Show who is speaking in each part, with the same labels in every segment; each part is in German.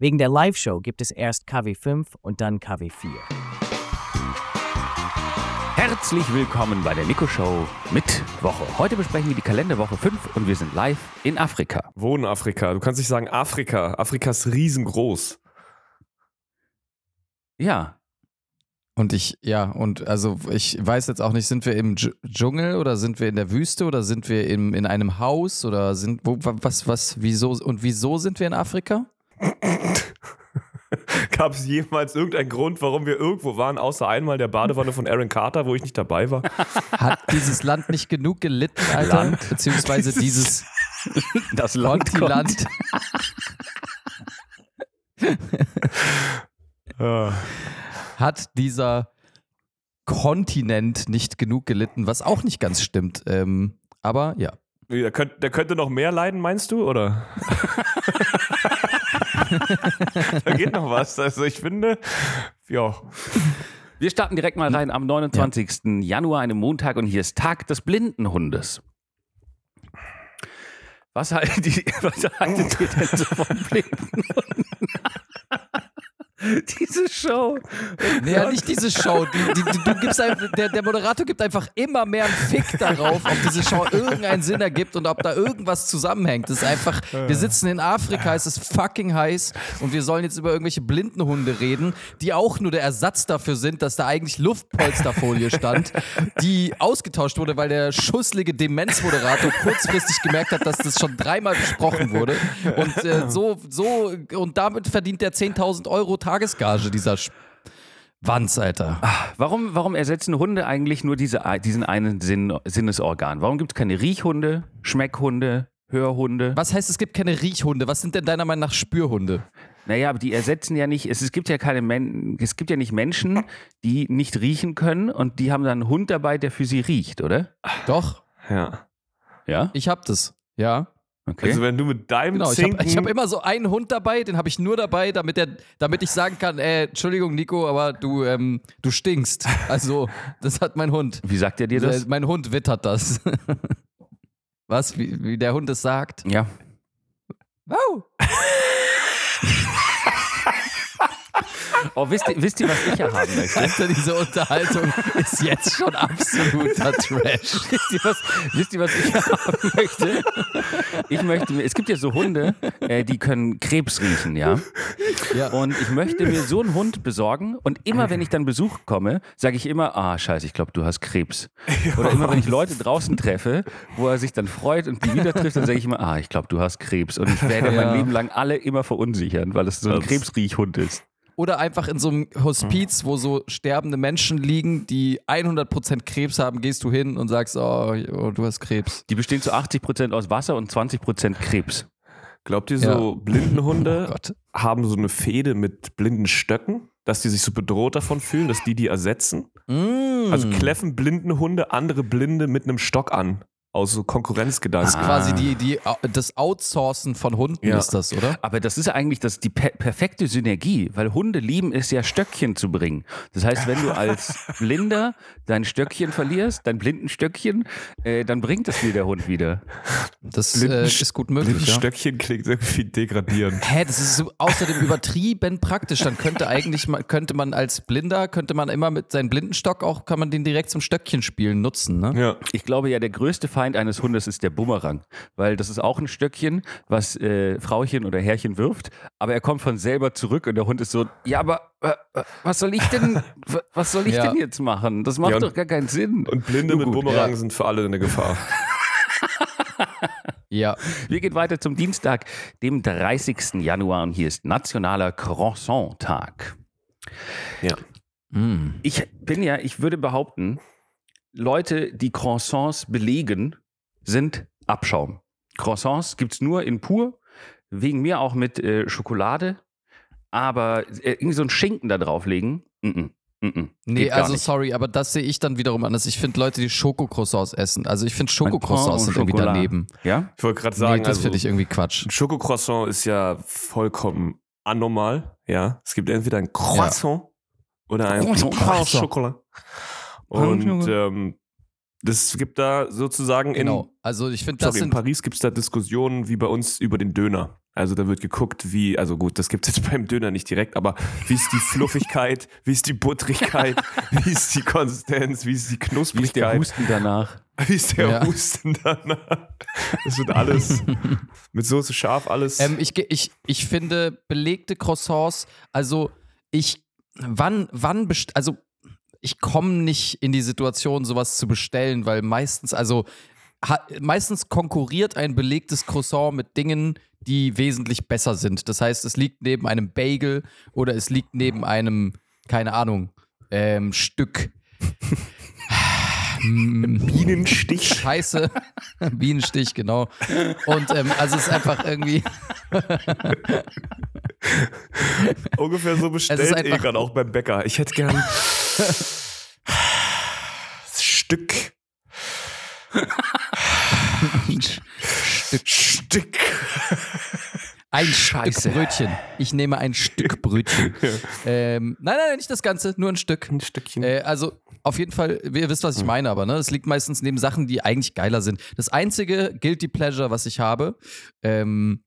Speaker 1: Wegen der Live-Show gibt es erst KW 5 und dann KW 4.
Speaker 2: Herzlich willkommen bei der Nico Show mit Woche. Heute besprechen wir die Kalenderwoche 5 und wir sind live in Afrika.
Speaker 3: Wo in Afrika? Du kannst nicht sagen Afrika. Afrika ist riesengroß.
Speaker 2: Ja,
Speaker 4: Und ich, ja, und also ich weiß jetzt auch nicht, sind wir im Dsch- Dschungel oder sind wir in der Wüste oder sind wir im, in einem Haus oder sind, wo, wa- was, was, wieso und wieso sind wir in Afrika?
Speaker 3: Gab es jemals irgendeinen Grund, warum wir irgendwo waren, außer einmal der Badewanne von Aaron Carter, wo ich nicht dabei war?
Speaker 4: Hat dieses Land nicht genug gelitten, Alter?
Speaker 2: Land?
Speaker 4: Beziehungsweise dieses
Speaker 2: das
Speaker 4: Kontinent.
Speaker 3: Äh,
Speaker 4: Hat dieser Kontinent nicht genug gelitten, was auch nicht ganz stimmt. Ähm, aber ja.
Speaker 3: wie, der, könnt, der könnte noch mehr leiden, meinst du, oder? da geht noch was. Also ich finde, ja.
Speaker 2: Wir starten direkt mal rein am 29. Januar, einem Montag, und hier ist Tag des Blindenhundes. Was, haltet ihr- was haltet ihr denn so von Blindenhunden? Diese Show.
Speaker 4: Nee, ja, nicht diese Show. Die, die, die, du gibst einfach, der, der Moderator gibt einfach immer mehr einen Fick darauf, ob diese Show irgendeinen Sinn ergibt und ob da irgendwas zusammenhängt. Das ist einfach, wir sitzen in Afrika, es ist fucking heiß und wir sollen jetzt über irgendwelche Blindenhunde reden, die auch nur der Ersatz dafür sind, dass da eigentlich Luftpolsterfolie stand, die ausgetauscht wurde, weil der schusselige Demenzmoderator kurzfristig gemerkt hat, dass das schon dreimal besprochen wurde. Und äh, so, so, und damit verdient der 10.000 Euro Tagesgage dieser Sch Wanz, Alter.
Speaker 2: Warum, warum ersetzen Hunde eigentlich nur diese, diesen einen Sinn, Sinnesorgan? Warum gibt es keine Riechhunde, Schmeckhunde, Hörhunde?
Speaker 4: Was heißt, es gibt keine Riechhunde? Was sind denn deiner Meinung nach Spürhunde?
Speaker 2: Naja, aber die ersetzen ja nicht, es, es gibt ja keine Men es gibt ja nicht Menschen, die nicht riechen können und die haben dann einen Hund dabei, der für sie riecht, oder?
Speaker 4: Doch,
Speaker 3: ja.
Speaker 2: Ja.
Speaker 4: ich hab das. Ja.
Speaker 2: Okay.
Speaker 3: Also wenn du mit deinem
Speaker 4: Genau, ich habe
Speaker 3: Zinken...
Speaker 4: ich hab immer so einen Hund dabei, den habe ich nur dabei, damit, der, damit ich sagen kann, äh, Entschuldigung, Nico, aber du, ähm, du stinkst. Also, das hat mein Hund.
Speaker 2: Wie sagt er dir das?
Speaker 4: Äh, Mein Hund wittert das. Was, wie, wie der Hund es sagt?
Speaker 2: Ja.
Speaker 4: Wow.
Speaker 2: Oh, wisst ihr, wisst ihr was ich ja haben möchte?
Speaker 4: Alter, diese Unterhaltung ist jetzt schon absoluter Trash.
Speaker 2: Wisst ihr, was, wisst ihr, was ich haben möchte? Ich möchte mir, es gibt ja so Hunde, äh, die können Krebs riechen, ja.
Speaker 4: Ja.
Speaker 2: Und ich möchte mir so einen Hund besorgen und immer, wenn ich dann Besuch komme, sage ich immer, ah, scheiße, ich glaube, du hast Krebs. Oder immer, wenn ich Leute draußen treffe, wo er sich dann freut und die wieder trifft, dann sage ich immer, ah, ich glaube, du hast Krebs. Und ich werde
Speaker 4: Ja.
Speaker 2: mein Leben lang alle immer verunsichern, weil es so ein Krebsriechhund ist.
Speaker 4: Oder einfach in so einem Hospiz, wo so sterbende Menschen liegen, die 100% Krebs haben, gehst du hin und sagst, oh, oh du hast Krebs.
Speaker 2: Die bestehen zu 80 Prozent aus Wasser und 20 Prozent Krebs.
Speaker 3: Glaubt ihr, so Blindenhunde
Speaker 4: Gott.
Speaker 3: haben so eine Fehde mit blinden Stöcken? Dass die sich so bedroht davon fühlen, dass die die ersetzen? Also
Speaker 4: Hm.
Speaker 3: kläffen Blindenhunde andere Blinde mit einem Stock an. Aus so Konkurrenzgedanken.
Speaker 2: Ah.
Speaker 4: Quasi die, die, das Outsourcen von Hunden
Speaker 3: Ja.
Speaker 4: ist das, oder?
Speaker 2: Aber das ist eigentlich das, die per perfekte Synergie, weil Hunde lieben es ja, Stöckchen zu bringen. Das heißt, wenn du als Blinder dein Stöckchen verlierst, dein Blindenstöckchen, äh, dann bringt es dir der Hund wieder.
Speaker 4: Das
Speaker 3: Blinden-
Speaker 4: äh, ist gut möglich. Ja.
Speaker 3: Blindenstöckchen klingt irgendwie degradierend.
Speaker 4: Hä, das ist so außerdem übertrieben praktisch. Dann könnte eigentlich man, könnte man als Blinder, könnte man immer mit seinem Blindenstock auch, kann man den direkt zum Stöckchen spielen nutzen, ne?
Speaker 3: Ja.
Speaker 2: Ich glaube ja, der größte Feind eines Hundes ist der Bumerang, weil das ist auch ein Stöckchen, was äh, Frauchen oder Herrchen wirft, aber er kommt von selber zurück und der Hund ist so, ja, aber äh, äh, was soll ich denn, w- was soll ich
Speaker 4: Ja.
Speaker 2: denn jetzt machen? Das macht
Speaker 3: Ja, und-
Speaker 2: doch gar keinen Sinn.
Speaker 3: Und Blinde
Speaker 2: Nun
Speaker 3: mit
Speaker 2: gut,
Speaker 3: Bumerang
Speaker 4: ja.
Speaker 3: sind für alle eine Gefahr.
Speaker 4: Ja.
Speaker 2: Wir gehen weiter zum Dienstag, dem 30. Januar und hier ist Nationaler Croissant-Tag.
Speaker 3: Ja.
Speaker 4: Mm.
Speaker 2: Ich bin ja, ich würde behaupten, Leute, die Croissants belegen, sind Abschaum. Croissants gibt es nur in pur, wegen mir auch mit äh, Schokolade, aber äh, irgendwie so einen Schinken da drauflegen, mm -mm, mm -mm,
Speaker 4: Nee,
Speaker 2: geht gar
Speaker 4: also
Speaker 2: nicht.
Speaker 4: sorry, aber das sehe ich dann wiederum anders. Ich finde Leute, die Schokocroissants essen. Also ich finde
Speaker 2: Ein Croissant
Speaker 4: Schokocroissants sind irgendwie
Speaker 2: Schokolade.
Speaker 4: daneben.
Speaker 2: Ja?
Speaker 3: Ich wollte gerade sagen,
Speaker 4: nee, das
Speaker 3: also,
Speaker 4: finde ich irgendwie Quatsch.
Speaker 3: ein Schokocroissant ist ja vollkommen anormal. Ja. Es gibt entweder ein Croissant oder ein
Speaker 2: Croissant.
Speaker 3: Schokolade. Und ähm, das gibt da sozusagen in,
Speaker 4: Genau. Also ich finde, das
Speaker 3: Sorry, in
Speaker 4: sind
Speaker 3: Paris gibt es da Diskussionen wie bei uns über den Döner. Also da wird geguckt, wie, also gut, das gibt es jetzt beim Döner nicht direkt, aber wie ist die Fluffigkeit, wie ist die Buttrigkeit, wie ist die Konsistenz, wie ist
Speaker 2: Wie ist
Speaker 3: die
Speaker 2: der
Speaker 3: Knusprigkeit,
Speaker 2: Husten danach?
Speaker 3: wie ist der
Speaker 4: Ja.
Speaker 3: Husten danach. Das wird alles mit Soße scharf, alles.
Speaker 4: Ähm, ich, ge- ich, ich finde belegte Croissants, also ich, wann, wann, best also ich komme nicht in die Situation, sowas zu bestellen, weil meistens, also ha, meistens konkurriert ein belegtes Croissant mit Dingen, die wesentlich besser sind. Das heißt, es liegt neben einem Bagel oder es liegt neben einem, keine Ahnung, ähm, Stück. Mm.
Speaker 3: Bienenstich.
Speaker 4: Scheiße. Bienenstich, genau. Und ähm, also es ist einfach irgendwie.
Speaker 3: Ungefähr so
Speaker 4: Es ist
Speaker 3: bestellt eh
Speaker 4: einfach-
Speaker 3: gerade auch beim Bäcker. Ich hätte gern Stück. Stück.
Speaker 4: Ein
Speaker 2: Scheiße.
Speaker 4: Stück Brötchen. Ich nehme ein Stück Brötchen. ähm, nein, nein, nein, nicht das Ganze, nur ein Stück.
Speaker 2: Mhm.
Speaker 3: Ein Stückchen.
Speaker 4: Äh, also auf jeden Fall, ihr wisst, was ich meine, aber ne, es liegt meistens neben Sachen, die eigentlich geiler sind. Das einzige Guilty Pleasure, was ich habe, ähm,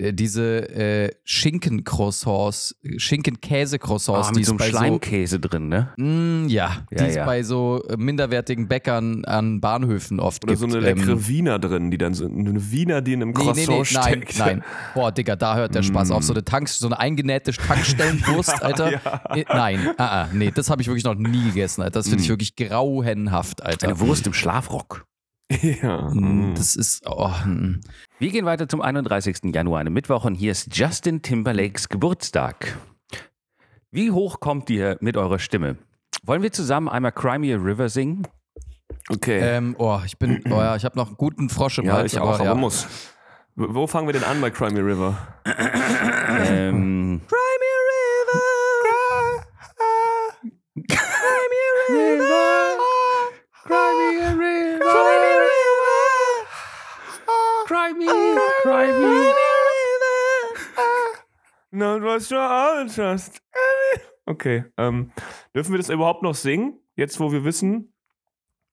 Speaker 4: äh, diese äh, Schinken-Croissants, Schinken-Käse-Croissants,
Speaker 2: Ah, mit
Speaker 4: die Oh, es
Speaker 2: so einem
Speaker 4: bei
Speaker 2: Schleimkäse drin, ne?
Speaker 4: Mm, ja, die
Speaker 2: Ja,
Speaker 4: es
Speaker 2: ja.
Speaker 4: bei so äh, minderwertigen Bäckern an Bahnhöfen oft
Speaker 3: Oder
Speaker 4: gibt. ähm,
Speaker 3: so eine leckere Wiener drin, die dann so eine Wiener, die in einem
Speaker 4: Nee,
Speaker 3: Croissant
Speaker 4: nee, nee, nein,
Speaker 3: steckt. Mm.
Speaker 4: nein. Boah, Digga, da hört der Spaß auf. So eine, Tank, so eine eingenähte Tankstellenwurst, Alter. Äh, Nein, ah, ah, nee, das habe ich wirklich noch nie gegessen, Alter. Das finde
Speaker 3: Mm.
Speaker 4: ich wirklich grauenhaft, Alter.
Speaker 2: Eine Wurst im Schlafrock.
Speaker 3: Ja.
Speaker 4: Mm, Das ist, oh, mm.
Speaker 2: Wir gehen weiter zum 31. Januar, einem Mittwoch, und hier ist Justin Timberlakes Geburtstag. Wie hoch kommt ihr mit eurer Stimme? Wollen wir zusammen einmal Cry Me a River singen?
Speaker 3: Okay.
Speaker 4: ähm, oh, ich bin, oh ja, ich habe noch einen guten Frosch im
Speaker 3: ja,
Speaker 4: Hals.
Speaker 3: ich auch, aber
Speaker 4: ja.
Speaker 3: muss. W- Wo fangen wir denn an bei Cry Me River?
Speaker 2: Ähm, Cry Me, Cry Me.
Speaker 3: Not was you all just. Okay. Ähm, dürfen wir das überhaupt noch singen? Jetzt, wo wir wissen,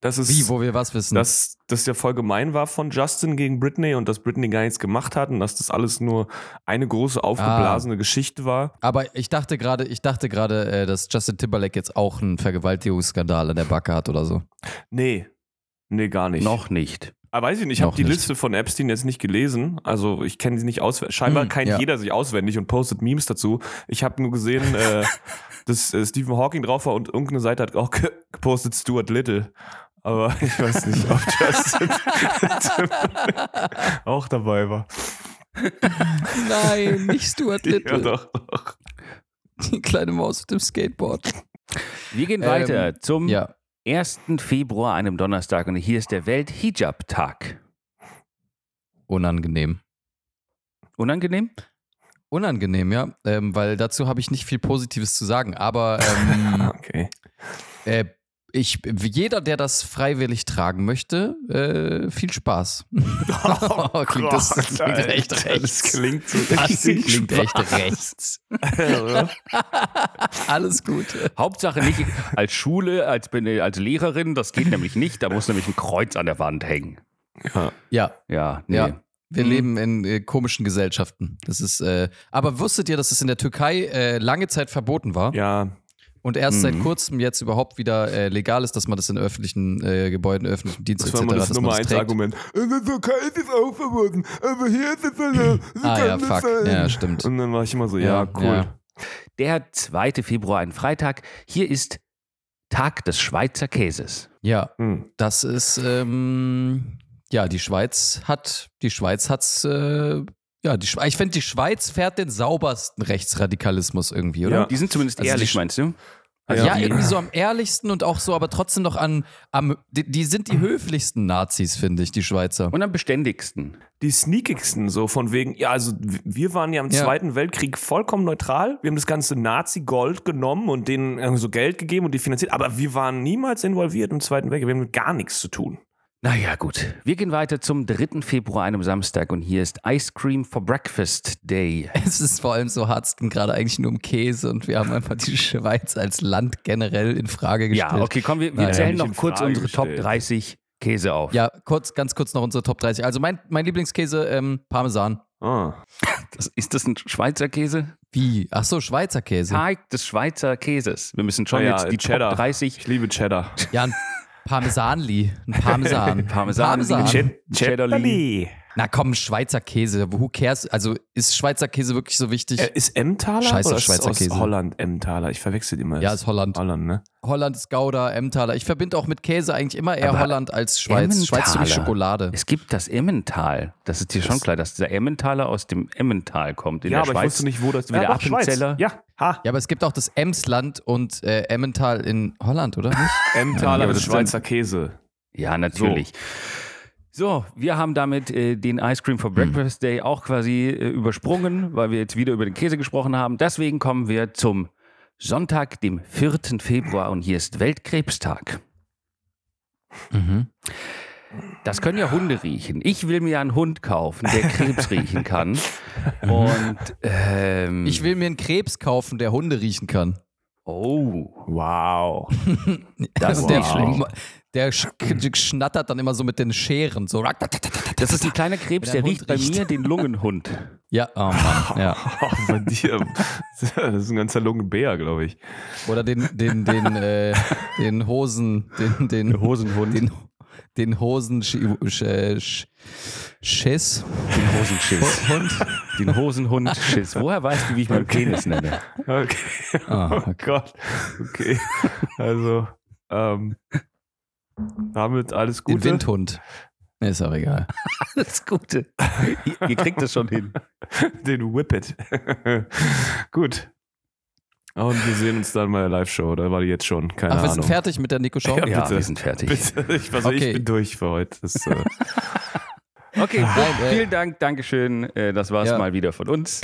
Speaker 3: dass es.
Speaker 4: Wie, wo wir was wissen.
Speaker 3: dass das ja voll gemein war von Justin gegen Britney und dass Britney gar nichts gemacht hat und dass das alles nur eine große aufgeblasene Geschichte war.
Speaker 4: aber ich dachte gerade, ich dachte gerade, äh, dass Justin Timberlake jetzt auch einen Vergewaltigungsskandal in der Backe hat oder so.
Speaker 3: Nee. Nee, gar nicht.
Speaker 2: Noch nicht.
Speaker 3: Aber weiß ich nicht, ich habe
Speaker 4: Noch
Speaker 3: die
Speaker 4: nicht.
Speaker 3: Liste von Epstein jetzt nicht gelesen. Also ich kenne sie nicht auswendig. Scheinbar
Speaker 4: Hm,
Speaker 3: kennt
Speaker 4: ja.
Speaker 3: jeder sich auswendig und postet Memes dazu. Ich habe nur gesehen, äh, dass äh, Stephen Hawking drauf war und irgendeine Seite hat auch ge gepostet Stuart Little. Aber ich weiß nicht, ob Justin auch dabei war.
Speaker 4: Nein, nicht Stuart
Speaker 3: Ja, doch, doch.
Speaker 4: die kleine Maus mit dem Skateboard.
Speaker 2: Wir gehen
Speaker 4: Ähm,
Speaker 2: weiter zum
Speaker 4: Ja.
Speaker 2: 1. Februar, einem Donnerstag, und hier ist der Welt-Hijab-Tag.
Speaker 4: Unangenehm.
Speaker 2: Unangenehm?
Speaker 4: Unangenehm, ja, ähm, weil dazu habe ich nicht viel Positives zu sagen. Aber ähm,
Speaker 3: Ah, Okay.
Speaker 4: äh, ich, jeder, der das freiwillig tragen möchte, äh, viel Spaß. Oh, klingt das, das klingt
Speaker 3: Oh Alter,
Speaker 4: echt rechts.
Speaker 3: Das klingt so
Speaker 4: das
Speaker 3: richtig
Speaker 4: klingt echt rechts.
Speaker 3: schwer.
Speaker 4: Alles Gute.
Speaker 2: Hauptsache nicht als Schule, als, als Lehrerin, das geht nämlich nicht. Da muss nämlich ein Kreuz an der Wand hängen.
Speaker 4: Ja,
Speaker 2: Ja, nee.
Speaker 4: Ja. Wir
Speaker 2: Mhm.
Speaker 4: leben in äh, komischen Gesellschaften. Das ist. Äh, aber wusstet ihr, dass es in der Türkei äh, lange Zeit verboten war?
Speaker 3: Ja,
Speaker 4: Und erst seit
Speaker 2: Mhm.
Speaker 4: kurzem jetzt überhaupt wieder äh, legal ist, dass man das in öffentlichen äh, Gebäuden, öffentlichen Dienst
Speaker 3: das
Speaker 4: etc.
Speaker 3: war mal das
Speaker 4: dass
Speaker 3: Nummer
Speaker 4: man
Speaker 3: 1
Speaker 4: das trägt.
Speaker 3: Argument. Äh, In der Türkei ist es auch verboten, aber äh, hier ist es erlaubt. Sie
Speaker 4: Ah ja,
Speaker 3: können es
Speaker 4: fuck.
Speaker 3: sein.
Speaker 4: Ja, stimmt.
Speaker 3: Und dann war ich immer so, ja,
Speaker 4: Ja,
Speaker 3: cool.
Speaker 2: Der 2. Februar, ein Freitag. Hier ist Tag des Schweizer Käses.
Speaker 4: Ja,
Speaker 3: Hm.
Speaker 4: das ist ähm, ja die Schweiz hat die Schweiz hat's äh, ja die Schweiz. Ich finde die Schweiz fährt den saubersten Rechtsradikalismus irgendwie, oder?
Speaker 3: Ja.
Speaker 2: Die sind zumindest
Speaker 4: Also die
Speaker 2: ehrlich,
Speaker 4: Sch-
Speaker 2: meinst du?
Speaker 4: Also ja,
Speaker 3: Ja.
Speaker 4: irgendwie so am ehrlichsten und auch so, aber trotzdem noch an am die, die sind die höflichsten Nazis finde ich die Schweizer.
Speaker 2: Und am beständigsten.
Speaker 3: Die sneakigsten, so von wegen, ja, also w- wir waren ja im
Speaker 4: Ja.
Speaker 3: Zweiten Weltkrieg vollkommen neutral. Wir haben das ganze Nazi-Gold genommen und denen äh, so Geld gegeben und die finanziert. Aber wir waren niemals involviert im Zweiten Weltkrieg. Wir haben mit gar nichts zu tun.
Speaker 2: Naja, gut. Wir gehen weiter zum 3. Februar, einem Samstag. Und hier ist Ice Cream for Breakfast Day.
Speaker 4: Es ist vor allem so Harz ging gerade eigentlich nur um Käse und wir haben einfach die Schweiz als Land generell in Frage gestellt.
Speaker 2: Ja, okay, komm, wir, wir
Speaker 4: Naja,
Speaker 2: zählen
Speaker 3: nicht in
Speaker 2: noch kurz
Speaker 3: Frage
Speaker 2: unsere Top
Speaker 3: gestellt.
Speaker 2: 30 Käse auf.
Speaker 4: Ja, kurz, ganz kurz noch unsere Top 30. Also mein, mein Lieblingskäse, ähm, Parmesan.
Speaker 3: Ah.
Speaker 2: Das, ist das ein Schweizer Käse?
Speaker 4: Wie? Ach so, Schweizer Käse.
Speaker 2: Teig des Schweizer Käses. Wir müssen schon
Speaker 3: Ah ja,
Speaker 2: jetzt die
Speaker 3: Cheddar.
Speaker 2: Top 30
Speaker 3: Ich liebe Cheddar.
Speaker 4: Ja, ein Parmesanli. Ein Parmesan.
Speaker 2: Parmesan.
Speaker 4: Parmesan.
Speaker 2: Ched- Cheddarli.
Speaker 4: Na komm, Schweizer Käse. Who cares? Also ist Schweizer Käse wirklich so wichtig?
Speaker 3: Äh, Ist Emmentaler
Speaker 4: Scheiße,
Speaker 3: oder ist
Speaker 4: Schweizer
Speaker 3: aus
Speaker 4: Käse.
Speaker 3: Holland Emmentaler? Ich verwechsel die immer.
Speaker 4: ja, ist Holland.
Speaker 3: Holland, ne?
Speaker 4: Holland ist Gouda, Emmentaler. Ich verbinde auch mit Käse eigentlich immer eher
Speaker 2: Aber
Speaker 4: Holland als Schweiz. Schweiz ist für mich
Speaker 2: Emmentaler.
Speaker 4: Schokolade.
Speaker 2: Es gibt das Emmental. Das ist dir schon klar, dass dieser Emmentaler aus dem Emmental kommt. In der
Speaker 3: ja, aber
Speaker 2: Schweiz.
Speaker 3: ich wusste nicht, wo das
Speaker 2: Wie der
Speaker 3: doch, Schweiz.
Speaker 2: Appenzeller.
Speaker 3: Ja, ha.
Speaker 4: Ja, aber es gibt auch das Emsland und äh, Emmental in Holland, oder nicht?
Speaker 2: Hm.
Speaker 3: Emmentaler
Speaker 2: Ja,
Speaker 3: ist
Speaker 2: das sind-
Speaker 3: Schweizer Käse.
Speaker 2: Ja, natürlich. So, wir haben damit äh, den Ice Cream for Breakfast Day auch quasi äh, übersprungen, weil wir jetzt wieder über den Käse gesprochen haben. Deswegen kommen wir zum Sonntag, dem 4. Februar und hier ist Weltkrebstag.
Speaker 4: Mhm.
Speaker 2: Das können ja Hunde riechen. Ich will mir einen Hund kaufen, der Krebs riechen kann. Mhm. Und ähm,
Speaker 4: Ich will mir einen Krebs kaufen, der Hunde riechen kann.
Speaker 2: Oh,
Speaker 3: Wow.
Speaker 2: das ist
Speaker 4: der,
Speaker 2: nicht schlecht.
Speaker 4: der sch sch- schnattert dann immer so mit den Scheren. So.
Speaker 2: Das ist ein kleiner Krebs,
Speaker 4: Wenn
Speaker 2: der
Speaker 4: ein Hund
Speaker 2: riecht bei
Speaker 4: riecht.
Speaker 2: mir den Lungenhund.
Speaker 4: Ja, oh Mann. ja.
Speaker 3: Bei dir. Das ist ein ganzer Lungenbär, glaube ich.
Speaker 4: Oder den, den, den, äh, den Hosen, den, den Hosenhund. Den, den Hosen Sch Sch Sch Schiss.
Speaker 2: Den Hosenschiss. Den Hosenhundschiss. Woher weißt du, wie ich meinen Penis nenne?
Speaker 3: Okay.
Speaker 4: Ah,
Speaker 3: Oh Gott. Okay. Also, ähm, damit alles
Speaker 4: Den
Speaker 3: Gute.
Speaker 4: Windhund. Nee, Ist aber egal.
Speaker 2: Alles Gute. Ihr, ihr kriegt das schon hin.
Speaker 3: Den Whippet. Gut. Und wir sehen uns dann bei der Live-Show, oder war die jetzt schon? Keine
Speaker 4: Ach, wir
Speaker 3: Ahnung.
Speaker 4: sind fertig mit der Nico Show.
Speaker 3: Ja,
Speaker 2: Ja,
Speaker 3: bitte.
Speaker 2: wir sind fertig.
Speaker 3: Bitte, ich, also
Speaker 4: Okay.
Speaker 3: ich bin durch für heute. Das, ist, äh,
Speaker 2: Okay,
Speaker 4: Nein, äh,
Speaker 2: vielen Dank, Dankeschön. Äh, Das war's
Speaker 4: Ja.
Speaker 2: mal wieder von uns.